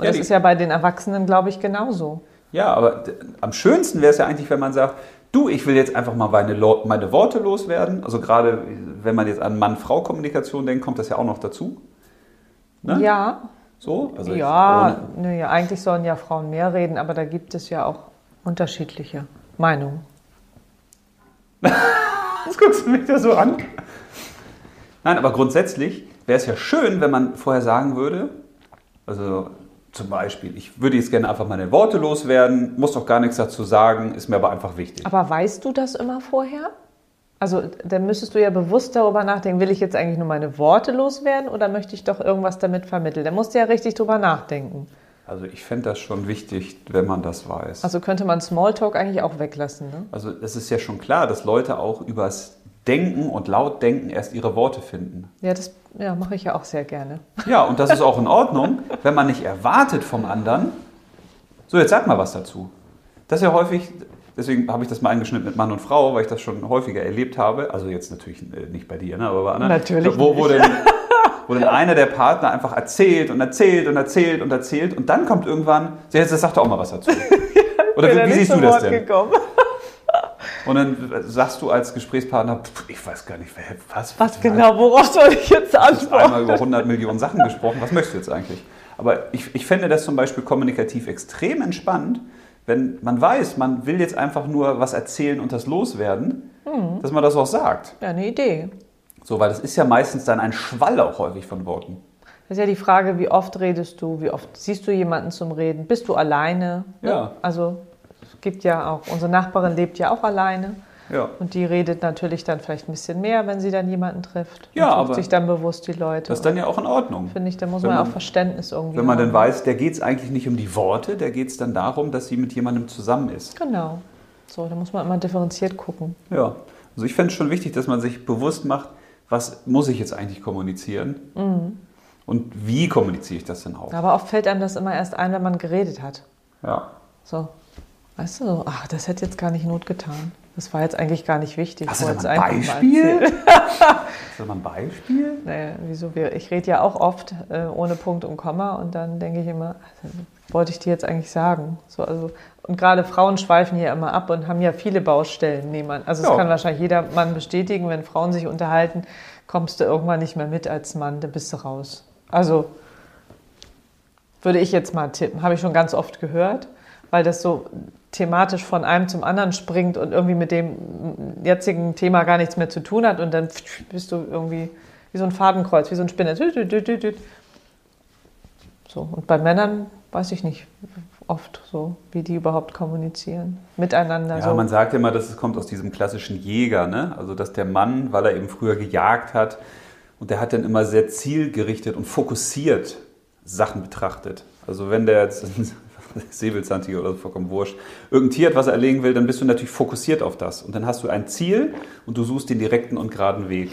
S1: Ja,
S2: das
S1: die-
S2: ist ja bei den Erwachsenen, glaube ich, genauso.
S1: Ja, aber d- am schönsten wäre es ja eigentlich, wenn man sagt, du, ich will jetzt einfach mal meine, Lo- meine Worte loswerden. Also gerade, wenn man jetzt an Mann-Frau-Kommunikation denkt, kommt das ja auch noch dazu. Ne?
S2: Ja,
S1: So? Also ich-
S2: ja,
S1: ohne- [LAUGHS]
S2: nö, ja, eigentlich sollen ja Frauen mehr reden, aber da gibt es ja auch unterschiedliche Meinungen.
S1: Das guckst du mich da so an. Nein, aber grundsätzlich wäre es ja schön, wenn man vorher sagen würde, also zum Beispiel, ich würde jetzt gerne einfach meine Worte loswerden, muss doch gar nichts dazu sagen, ist mir aber einfach wichtig.
S2: Aber weißt du das immer vorher? Also dann müsstest du ja bewusst darüber nachdenken, will ich jetzt eigentlich nur meine Worte loswerden oder möchte ich doch irgendwas damit vermitteln? Da musst du ja richtig drüber nachdenken.
S1: Also ich fände das schon wichtig, wenn man das weiß.
S2: Also könnte man Smalltalk eigentlich auch weglassen, ne?
S1: Also es ist ja schon klar, dass Leute auch übers Denken und Lautdenken erst ihre Worte finden.
S2: Ja, das Ja, mache ich ja auch sehr gerne.
S1: Ja, und das ist auch in Ordnung, wenn man nicht erwartet vom anderen. So, jetzt sag mal was dazu. Das ist ja häufig, deswegen habe ich das mal eingeschnitten mit Mann und Frau, weil ich das schon häufiger erlebt habe. Also jetzt natürlich äh, nicht bei dir, ne? aber bei anderen.
S2: Natürlich
S1: Wo, wo,
S2: nicht. [LAUGHS]
S1: denn, wo denn einer der Partner einfach erzählt und erzählt und erzählt und erzählt und dann kommt irgendwann, so, jetzt sag doch auch mal was
S2: [LAUGHS]
S1: dazu. Oder
S2: Bin da
S1: wie, wie
S2: nicht
S1: siehst
S2: zu
S1: du das
S2: Wort
S1: denn?
S2: Gekommen.
S1: Und dann sagst du als Gesprächspartner, "Pff, ich weiß gar nicht, wer- was,
S2: Was genau, worauf soll ich jetzt
S1: einmal
S2: antworten?
S1: über 100 Millionen Sachen gesprochen. Was möchtest du jetzt eigentlich? Aber ich, ich fände das zum Beispiel kommunikativ extrem entspannt, wenn man weiß, man will jetzt einfach nur was erzählen und das loswerden,
S2: Mhm.
S1: dass man das auch sagt.
S2: Ja, eine Idee.
S1: So, weil das ist ja meistens dann ein Schwall auch häufig von Worten.
S2: Das ist ja die Frage, wie oft redest du, wie oft siehst du jemanden zum Reden, bist du alleine? Ne?
S1: Ja.
S2: Also es gibt ja auch, unsere Nachbarin lebt ja auch alleine
S1: Ja.
S2: und die redet natürlich dann vielleicht ein bisschen mehr, wenn sie dann jemanden trifft.
S1: Ja,
S2: und sucht
S1: aber
S2: sich dann bewusst die Leute.
S1: Das ist dann ja auch in Ordnung.
S2: Finde ich, da muss
S1: wenn
S2: man,
S1: man-
S2: auch Verständnis irgendwie
S1: Wenn man
S2: haben.
S1: dann weiß, der geht es eigentlich nicht um die Worte, der geht es dann darum, dass sie mit jemandem zusammen ist.
S2: Genau. So, da muss man immer differenziert gucken.
S1: Ja, also ich fände es schon wichtig, dass man sich bewusst macht, was muss ich jetzt eigentlich kommunizieren
S2: Mhm.
S1: und wie kommuniziere ich das denn auch.
S2: Aber oft fällt einem das immer erst ein, wenn man geredet hat.
S1: Ja.
S2: So, weißt du, so, ach, das hätte jetzt gar nicht Not getan. Das war jetzt eigentlich gar nicht wichtig.
S1: Hast du da
S2: Wollt's
S1: mal ein
S2: einfach mal
S1: Beispiel?
S2: erzählen.
S1: [LAUGHS] Hast du da mal ein Beispiel?
S2: Naja, wieso wir? Ich rede ja auch oft äh, ohne Punkt und Komma und dann denke ich immer, also, wollte ich dir jetzt eigentlich sagen? So, also, und gerade Frauen schweifen hier immer ab und haben ja viele Baustellen nebenan. Also das
S1: Ja.
S2: kann wahrscheinlich jeder Mann bestätigen, wenn Frauen sich unterhalten, kommst du irgendwann nicht mehr mit als Mann, dann bist du raus. Also würde ich jetzt mal tippen, habe ich schon ganz oft gehört, weil das so thematisch von einem zum anderen springt und irgendwie mit dem jetzigen Thema gar nichts mehr zu tun hat und dann bist du irgendwie wie so ein Fadenkreuz, wie so ein Spinner. Tüt, tüt, tüt, tüt, tüt. So, und bei Männern weiß ich nicht oft so, wie die überhaupt kommunizieren. Miteinander.
S1: Ja,
S2: so.
S1: man sagt ja immer, dass es kommt aus diesem klassischen Jäger, ne? Also dass der Mann, weil er eben früher gejagt hat und der hat dann immer sehr zielgerichtet und fokussiert Sachen betrachtet. Also wenn der jetzt [LAUGHS] Säbelzahntiger oder so vollkommen wurscht, irgendein Tier hat, was er erlegen will, dann bist du natürlich fokussiert auf das. Und dann hast du ein Ziel und du suchst den direkten und geraden Weg.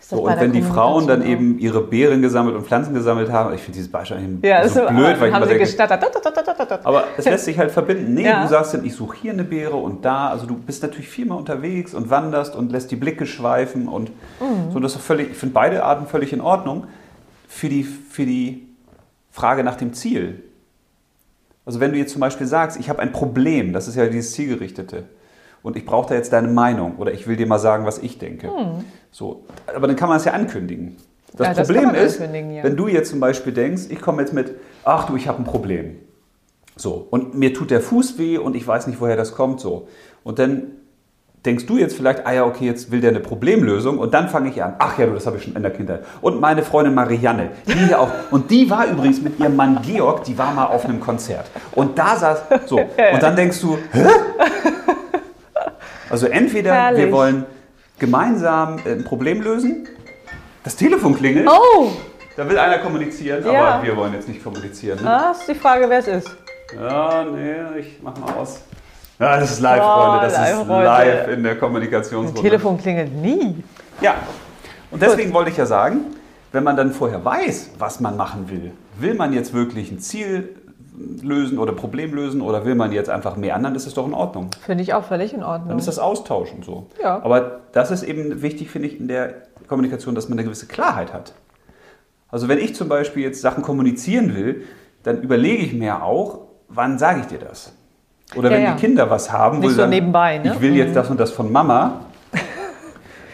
S2: Ist das
S1: So,
S2: bei
S1: und
S2: der
S1: wenn die Frauen dann
S2: Kommunikation
S1: eben ihre Beeren gesammelt und Pflanzen gesammelt haben, ich finde dieses Beispiel
S2: auch?
S1: eigentlich
S2: ja,
S1: so
S2: ist ah,
S1: blöd, weil ich immer
S2: haben sie
S1: denke,
S2: gestattert. Dot, dot, dot, dot, dot.
S1: aber es lässt sich halt verbinden. Nee,
S2: Ja.
S1: du sagst dann, ich suche hier eine Beere und da. Also du bist natürlich viel mehr unterwegs und wanderst und lässt die Blicke schweifen und so. Das ist doch völlig, ich finde beide Arten völlig in Ordnung für die, für die Frage nach dem Ziel. Also wenn du jetzt zum Beispiel sagst, ich habe ein Problem, das ist ja dieses Zielgerichtete, und ich brauche da jetzt deine Meinung oder ich will dir mal sagen, was ich denke. So, aber dann kann man es ja ankündigen. Das
S2: Hm. Ja, das kann
S1: Problem
S2: man
S1: ist,
S2: ankündigen, ja.
S1: wenn du jetzt zum Beispiel denkst, ich komme jetzt mit, ach du, ich habe ein Problem. So, und mir tut der Fuß weh und ich weiß nicht, woher das kommt, so. Und dann denkst du jetzt vielleicht, ah ja, okay, jetzt will der eine Problemlösung und dann fange ich an. Ach ja, du, das habe ich schon in der Kindheit. Und meine Freundin Marianne, die ja auch, und die war übrigens mit ihrem Mann Georg, die war mal auf einem Konzert. Und da saß, so, und dann denkst du, hä? Also entweder
S2: Herrlich.
S1: wir wollen gemeinsam äh, ein Problem lösen, das Telefon klingelt,
S2: Oh,
S1: da will einer kommunizieren,
S2: Ja. Ah.
S1: aber wir wollen jetzt nicht kommunizieren. Ne?
S2: das ist die Frage, wer es ist.
S1: Ja, nee, ich mach mal aus. Ja, das ist live,
S2: Oh,
S1: Freunde. Das
S2: live,
S1: ist
S2: Freunde.
S1: live in der
S2: Ein
S1: Kommunikationsrunde.
S2: Telefon klingelt nie.
S1: Ja. Und deswegen wollte ich ja sagen, wenn man dann vorher weiß, was man machen will, will man jetzt wirklich ein Ziel lösen oder Problem lösen oder will man jetzt einfach mehr anderen, ist es doch in Ordnung.
S2: Finde ich auch völlig in Ordnung.
S1: Dann ist das Austausch und so.
S2: Ja.
S1: Aber das ist eben wichtig, finde ich, in der Kommunikation, dass man eine gewisse Klarheit hat. Also wenn ich zum Beispiel jetzt Sachen kommunizieren will, dann überlege ich mir auch, wann sage ich dir das? Oder
S2: Ja,
S1: wenn
S2: ja.
S1: die Kinder was haben,
S2: Nicht
S1: sie
S2: so nebenbei, ne?
S1: ich will jetzt das und das von Mama.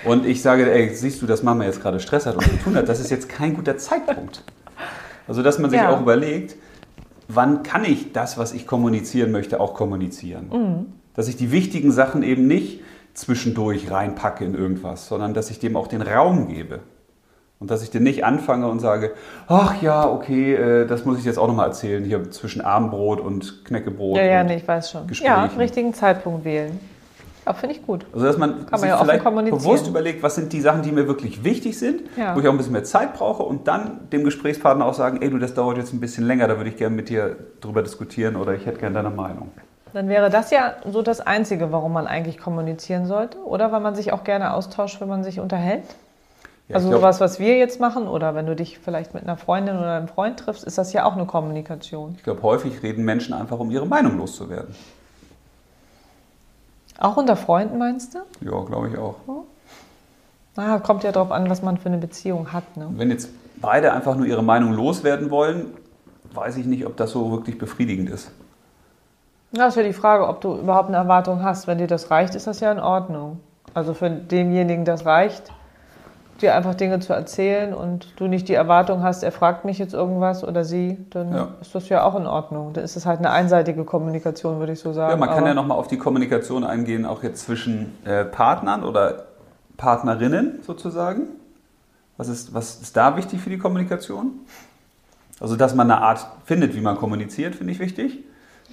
S1: Und ich sage, ey, siehst du, dass Mama jetzt gerade Stress hat und zu tun hat, das ist jetzt kein guter Zeitpunkt. Also, dass man sich
S2: Ja.
S1: auch überlegt, wann kann ich das, was ich kommunizieren möchte, auch kommunizieren.
S2: Mhm.
S1: Dass ich die wichtigen Sachen eben nicht zwischendurch reinpacke in irgendwas, sondern dass ich dem auch den Raum gebe. Und dass ich den nicht anfange und sage, ach ja, okay, äh, das muss ich jetzt auch nochmal erzählen, hier zwischen Abendbrot und Knäckebrot.
S2: Ja, ja,
S1: und
S2: nee, ich weiß schon.
S1: Gesprächen.
S2: Ja, richtigen Zeitpunkt wählen. Auch finde ich gut.
S1: Also, dass man
S2: man
S1: sich
S2: ja offen
S1: vielleicht
S2: kommunizieren.
S1: bewusst überlegt, was sind die Sachen, die mir wirklich wichtig sind,
S2: Ja.
S1: wo ich auch ein bisschen mehr Zeit brauche und dann dem Gesprächspartner auch sagen, ey, du, das dauert jetzt ein bisschen länger, da würde ich gerne mit dir drüber diskutieren oder ich hätte gerne deine Meinung.
S2: Dann wäre das ja so das Einzige, warum man eigentlich kommunizieren sollte. Oder weil man sich auch gerne austauscht, wenn man sich unterhält.
S1: Ja,
S2: also
S1: ich glaub-
S2: sowas, was wir jetzt machen oder wenn du dich vielleicht mit einer Freundin oder einem Freund triffst, ist das ja auch eine Kommunikation.
S1: Ich glaube, häufig reden Menschen einfach, um ihre Meinung loszuwerden.
S2: Auch unter Freunden meinst du?
S1: Ja, glaube ich auch.
S2: Ah, kommt ja drauf an, was man für eine Beziehung hat. Ne?
S1: Wenn jetzt beide einfach nur ihre Meinung loswerden wollen, weiß ich nicht, ob das so wirklich befriedigend ist.
S2: Ja, ist ja die Frage, ob du überhaupt eine Erwartung hast. Wenn dir das reicht, ist das ja in Ordnung. Also für demjenigen das reicht, dir einfach Dinge zu erzählen und du nicht die Erwartung hast, er fragt mich jetzt irgendwas oder sie, dann
S1: Ja.
S2: ist das ja auch in Ordnung. Dann ist es halt eine einseitige Kommunikation, würde ich so sagen.
S1: Ja, man kann
S2: Aber-
S1: ja nochmal auf die Kommunikation eingehen, auch jetzt zwischen äh, Partnern oder Partnerinnen sozusagen. Was ist, was ist da wichtig für die Kommunikation? Also, dass man eine Art findet, wie man kommuniziert, finde ich wichtig.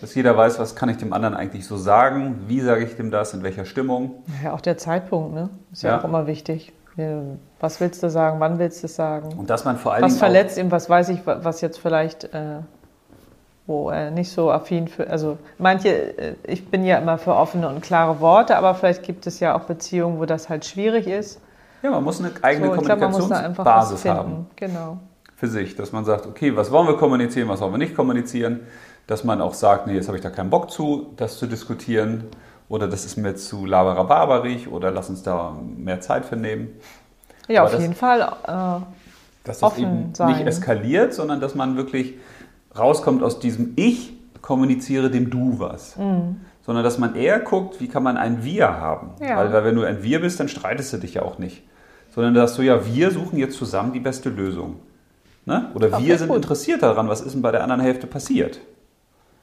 S1: Dass jeder weiß, was kann ich dem anderen eigentlich so sagen, wie sage ich dem das, in welcher Stimmung.
S2: Ja, auch der Zeitpunkt, ne? Ist ja,
S1: Ja.
S2: auch immer wichtig. Wir- Was willst du sagen? Wann willst du es sagen?
S1: Und dass man vor allen
S2: Was
S1: Dingen auch-
S2: verletzt ihn? Was weiß ich, wa- was jetzt vielleicht, äh, wo er nicht so affin für. Also, manche, äh, ich bin ja immer für offene und klare Worte, aber vielleicht gibt es ja auch Beziehungen, wo das halt schwierig ist.
S1: Ja, man muss eine eigene
S2: ich glaub,
S1: Kommunikationsbasis haben
S2: Genau.
S1: für sich, dass man sagt, okay, was wollen wir kommunizieren, was wollen wir nicht kommunizieren, dass man auch sagt, nee, jetzt habe ich da keinen Bock zu, das zu diskutieren oder das ist mir zu laberababerig oder lass uns da mehr Zeit für nehmen.
S2: Ja,
S1: Aber
S2: auf
S1: das-
S2: jeden Fall. Äh,
S1: Dass das
S2: Offen
S1: eben
S2: sein.
S1: nicht eskaliert, sondern dass man wirklich rauskommt aus diesem Ich kommuniziere dem Du was. Sondern dass man eher guckt, wie kann man ein Wir haben.
S2: Mhm. Ja.
S1: Weil, weil wenn du ein Wir bist, dann streitest du dich ja auch nicht. Sondern dass du ja, wir suchen jetzt zusammen die beste Lösung. Ne? Oder
S2: Ja, voll
S1: wir sind
S2: gut.
S1: interessiert daran, was ist denn bei der anderen Hälfte passiert.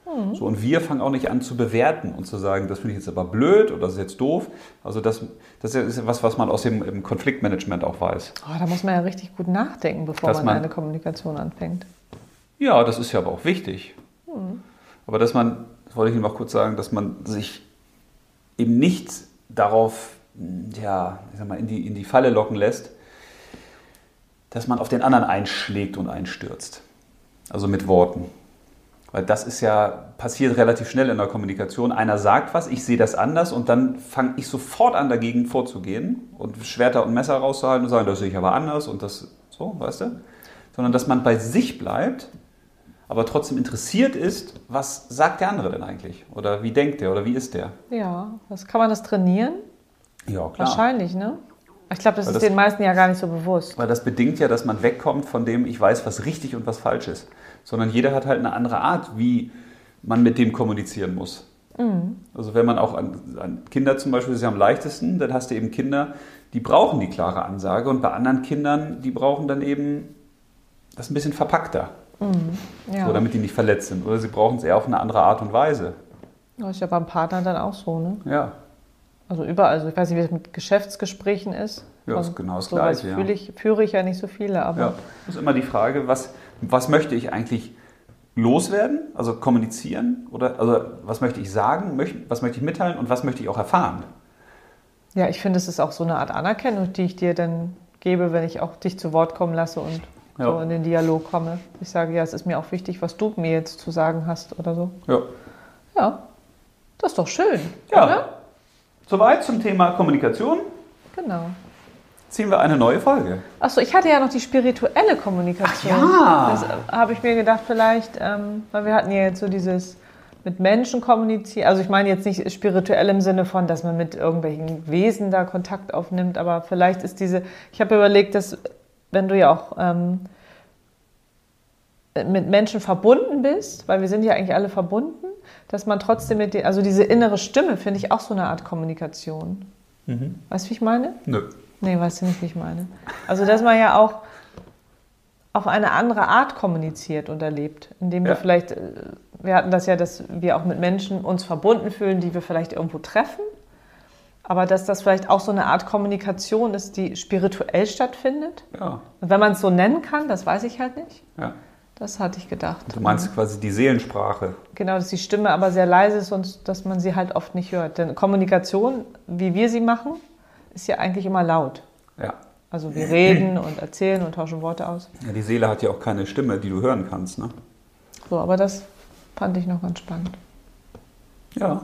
S2: Mhm.
S1: So, und wir fangen auch nicht an zu bewerten und zu sagen, das finde ich jetzt aber blöd oder das ist jetzt doof. Also das, das ist was, was man aus dem im Konfliktmanagement auch weiß.
S2: oh, da muss man ja richtig gut nachdenken, bevor
S1: Dass
S2: man,
S1: man-
S2: eine Kommunikation anfängt.
S1: Ja, das ist ja aber auch wichtig. Aber dass man, das wollte ich Ihnen auch kurz sagen, dass man sich eben nicht darauf, mh, ja, ich sag mal, in die, in die Falle locken lässt, dass man auf den anderen einschlägt und einstürzt. Also mit Worten. Weil das ist ja, passiert relativ schnell in der Kommunikation. Einer sagt was, ich sehe das anders und dann fange ich sofort an, dagegen vorzugehen und Schwerter und Messer rauszuhalten und sagen, das sehe ich aber anders und das so, weißt du? Sondern dass man bei sich bleibt, aber trotzdem interessiert ist, was sagt der andere denn eigentlich? Oder wie denkt der oder wie ist der?
S2: Ja, das kann man das trainieren?
S1: Ja, klar.
S2: Wahrscheinlich, ne? Ich glaube, das
S1: Weil
S2: ist
S1: das-
S2: den meisten ja gar nicht so bewusst.
S1: Weil das bedingt ja, dass man wegkommt von dem, ich weiß, was richtig und was falsch ist. Sondern jeder hat halt eine andere Art, wie man mit dem kommunizieren muss.
S2: Mhm.
S1: Also wenn man auch an, an Kinder zum Beispiel, das ist ja am leichtesten, dann hast du eben Kinder, die brauchen die klare Ansage und bei anderen Kindern, die brauchen dann eben das ein bisschen verpackter,
S2: Ja.
S1: so, damit die nicht verletzt sind. Oder sie brauchen es eher auf eine andere Art und Weise.
S2: Ja, ist ja beim Partner dann auch so, ne?
S1: Ja,
S2: Also überall. Also ich weiß nicht, wie es mit Geschäftsgesprächen ist.
S1: Ja,
S2: Also
S1: ist genau das
S2: sowas
S1: Gleiche, ja.
S2: Fühle ich, führe ich ja nicht so viele, aber
S1: ja. ist immer die Frage, was, was möchte ich eigentlich loswerden, also kommunizieren oder also was möchte ich sagen, möcht- was möchte ich mitteilen und was möchte ich auch erfahren?
S2: ja, ich finde, es ist auch so eine Art Anerkennung, die ich dir dann gebe, wenn ich auch dich zu Wort kommen lasse und
S1: Ja.
S2: so in den Dialog komme. Ich sage, ja, es ist mir auch wichtig, was du mir jetzt zu sagen hast oder so.
S1: Ja.
S2: Ja, das ist doch schön.
S1: Ja.
S2: Oder?
S1: Soweit zum Thema Kommunikation.
S2: Genau.
S1: Ziehen wir eine neue Folge.
S2: Achso, ich hatte ja noch die spirituelle Kommunikation.
S1: Ach ja.
S2: Das äh, habe ich mir gedacht, vielleicht, ähm, weil wir hatten ja jetzt so dieses mit Menschen kommunizieren. Also ich meine jetzt nicht spirituell im Sinne von, dass man mit irgendwelchen Wesen da Kontakt aufnimmt, aber vielleicht ist diese, ich habe überlegt, dass wenn du ja auch ähm, mit Menschen verbunden bist, weil wir sind ja eigentlich alle verbunden, dass man trotzdem mit, den, also diese innere Stimme finde ich auch so eine Art Kommunikation.
S1: Mhm.
S2: Weißt du, wie ich meine?
S1: Nö.
S2: Nee, weißt du nicht, wie ich meine. Also, dass man ja auch auf eine andere Art kommuniziert und erlebt, indem wir
S1: Ja.
S2: vielleicht, äh, wir hatten das ja, dass wir auch mit Menschen uns verbunden fühlen, die wir vielleicht irgendwo treffen, aber dass das vielleicht auch so eine Art Kommunikation ist, die spirituell stattfindet.
S1: Ja.
S2: Und wenn man es so nennen kann, das weiß ich halt nicht.
S1: ja.
S2: Das hatte ich gedacht.
S1: Du meinst quasi die Seelensprache.
S2: Genau, dass die Stimme aber sehr leise ist und dass man sie halt oft nicht hört. Denn Kommunikation, wie wir sie machen, ist ja eigentlich immer laut.
S1: Ja.
S2: Also wir reden und erzählen und tauschen Worte aus.
S1: ja. Die Seele hat ja auch keine Stimme, die du hören kannst, ne?
S2: So, aber das fand ich noch ganz spannend.
S1: Ja.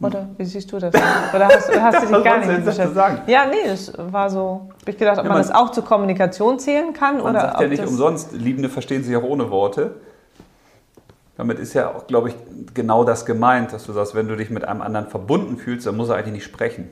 S2: Oder wie siehst du das? Oder hast, oder hast du dich
S1: Hm. Was
S2: gar
S1: wolltest du
S2: nicht
S1: jetzt dazu
S2: beschäftigt?
S1: sagen?
S2: Ja, nee, das war so. Hab ich gedacht, ob
S1: Ja,
S2: man
S1: man-
S2: das auch zur Kommunikation zählen kann
S1: Man
S2: oder
S1: sagt ja
S2: ob
S1: nicht
S2: das,
S1: umsonst, Liebende verstehen sich auch ohne Worte. Damit ist ja auch, glaube ich, genau das gemeint, dass du sagst, wenn du dich mit einem anderen verbunden fühlst, dann muss er eigentlich nicht sprechen.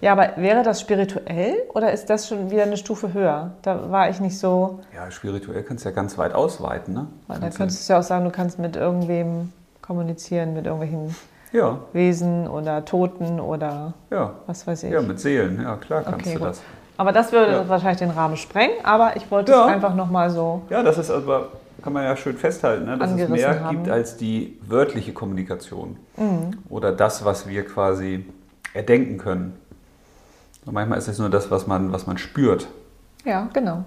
S2: Ja, aber wäre das spirituell oder ist das schon wieder eine Stufe höher? Da war ich nicht so.
S1: Ja, spirituell kannst du ja ganz weit ausweiten, ne?
S2: Weil da
S1: Kannst
S2: könntest du ja auch sagen, du kannst mit irgendwem kommunizieren, mit irgendwelchen
S1: ja,
S2: Wesen oder Toten oder
S1: ja,
S2: was weiß ich.
S1: ja, mit Seelen, ja klar kannst
S2: Okay,
S1: du
S2: gut.
S1: das.
S2: Aber das würde
S1: Ja.
S2: wahrscheinlich den Rahmen sprengen, aber ich wollte
S1: Ja.
S2: es einfach nochmal so.
S1: Ja, das ist aber, kann man ja schön festhalten, ne? dass es
S2: Angerissen
S1: mehr
S2: haben. Mhm.
S1: gibt als die wörtliche Kommunikation. Oder das, was wir quasi erdenken können. Und manchmal ist es nur das, was man, was man spürt.
S2: Ja, genau.
S1: Und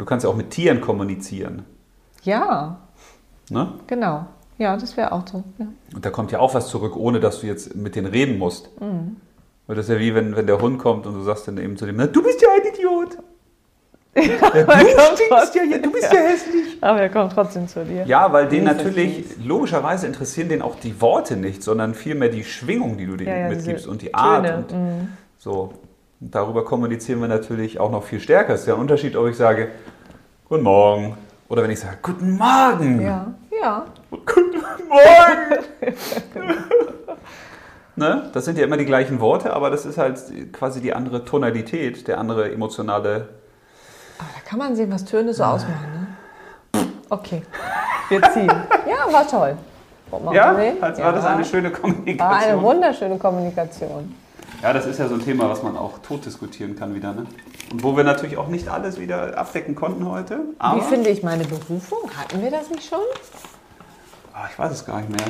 S1: Du kannst ja auch mit Tieren kommunizieren.
S2: Ja,
S1: Ne?
S2: genau. Ja, das wäre auch so. Ja.
S1: Und da kommt ja auch was zurück, ohne dass du jetzt mit denen reden musst. Weil das ist ja wie, wenn, wenn der Hund kommt und du sagst dann eben zu dem, "Na, du bist ja ein
S2: [LAUGHS]
S1: Idiot. Ja, du, stinkst ja, hier, du bist ja hässlich.
S2: Aber er kommt trotzdem zu dir.
S1: Ja, weil den
S2: Nee, ich
S1: natürlich, logischerweise interessieren den auch die Worte nicht, sondern vielmehr die Schwingung, die du denen
S2: Ja, ja, diese
S1: mitgibst und die Art.
S2: Töne, Mhm.
S1: Und so. Und darüber kommunizieren wir natürlich auch noch viel stärker. Es ist ja ein Unterschied, ob ich sage, Guten Morgen. Oder wenn ich sage, Guten Morgen.
S2: Ja, ja.
S1: Guten Morgen! [LAUGHS] ne? Das sind ja immer die gleichen Worte, aber das ist halt quasi die andere Tonalität, der andere emotionale.
S2: Aber da kann man sehen, was Töne
S1: Ah.
S2: so ausmachen. Ne? Okay,
S1: [LAUGHS]
S2: wir ziehen. Ja, war toll. Wollt mal sehen?
S1: als war das
S2: Ja.
S1: eine schöne Kommunikation.
S2: war eine wunderschöne Kommunikation.
S1: Ja, das ist ja so ein Thema, was man auch tot diskutieren kann wieder. Ne? Und wo wir natürlich auch nicht alles wieder abdecken konnten heute. Aber
S2: Wie finde ich meine Berufung? Hatten wir das nicht schon?
S1: Ah, ich weiß es gar nicht mehr.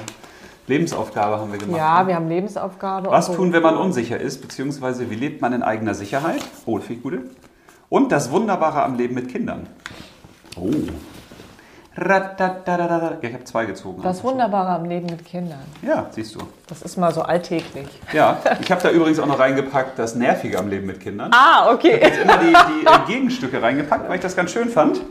S1: Lebensaufgabe haben wir gemacht.
S2: Ja, wir haben Lebensaufgabe.
S1: Was
S2: und-
S1: tun, wenn man unsicher ist, beziehungsweise wie lebt man in eigener Sicherheit? Oh, das finde ich gute. Und das Wunderbare am Leben mit Kindern. Oh. Ratatatarara. Ja, ich habe zwei gezogen.
S2: Das Wunderbare am Leben mit Kindern.
S1: Ja, siehst du.
S2: Das ist mal so alltäglich.
S1: Ja, ich habe da übrigens auch noch reingepackt, das Nervige am Leben mit Kindern.
S2: Ah, okay.
S1: jetzt immer die, die äh, Gegenstücke reingepackt, weil ich das ganz schön fand,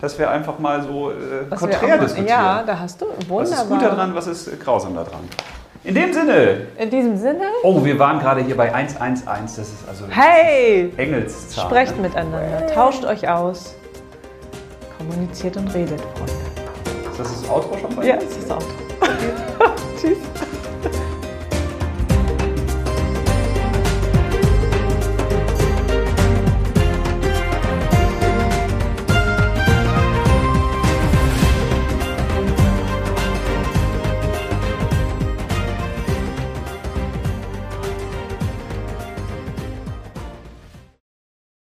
S1: dass wir einfach mal so äh,
S2: Was wir
S1: konträr
S2: auch mal-
S1: diskutieren.
S2: Ja, da hast du.
S1: was
S2: Wunderbar.
S1: ist gut daran, was ist äh, grausam daran? In dem Sinne,
S2: In diesem Sinne,
S1: oh, wir waren gerade hier bei 111, das ist also
S2: hey,
S1: Engelszahl. ne?
S2: sprecht miteinander, tauscht euch aus, kommuniziert und redet. Freunde.
S1: Ist das das Outro schon bei
S2: Ja, es ist auch. Tschüss.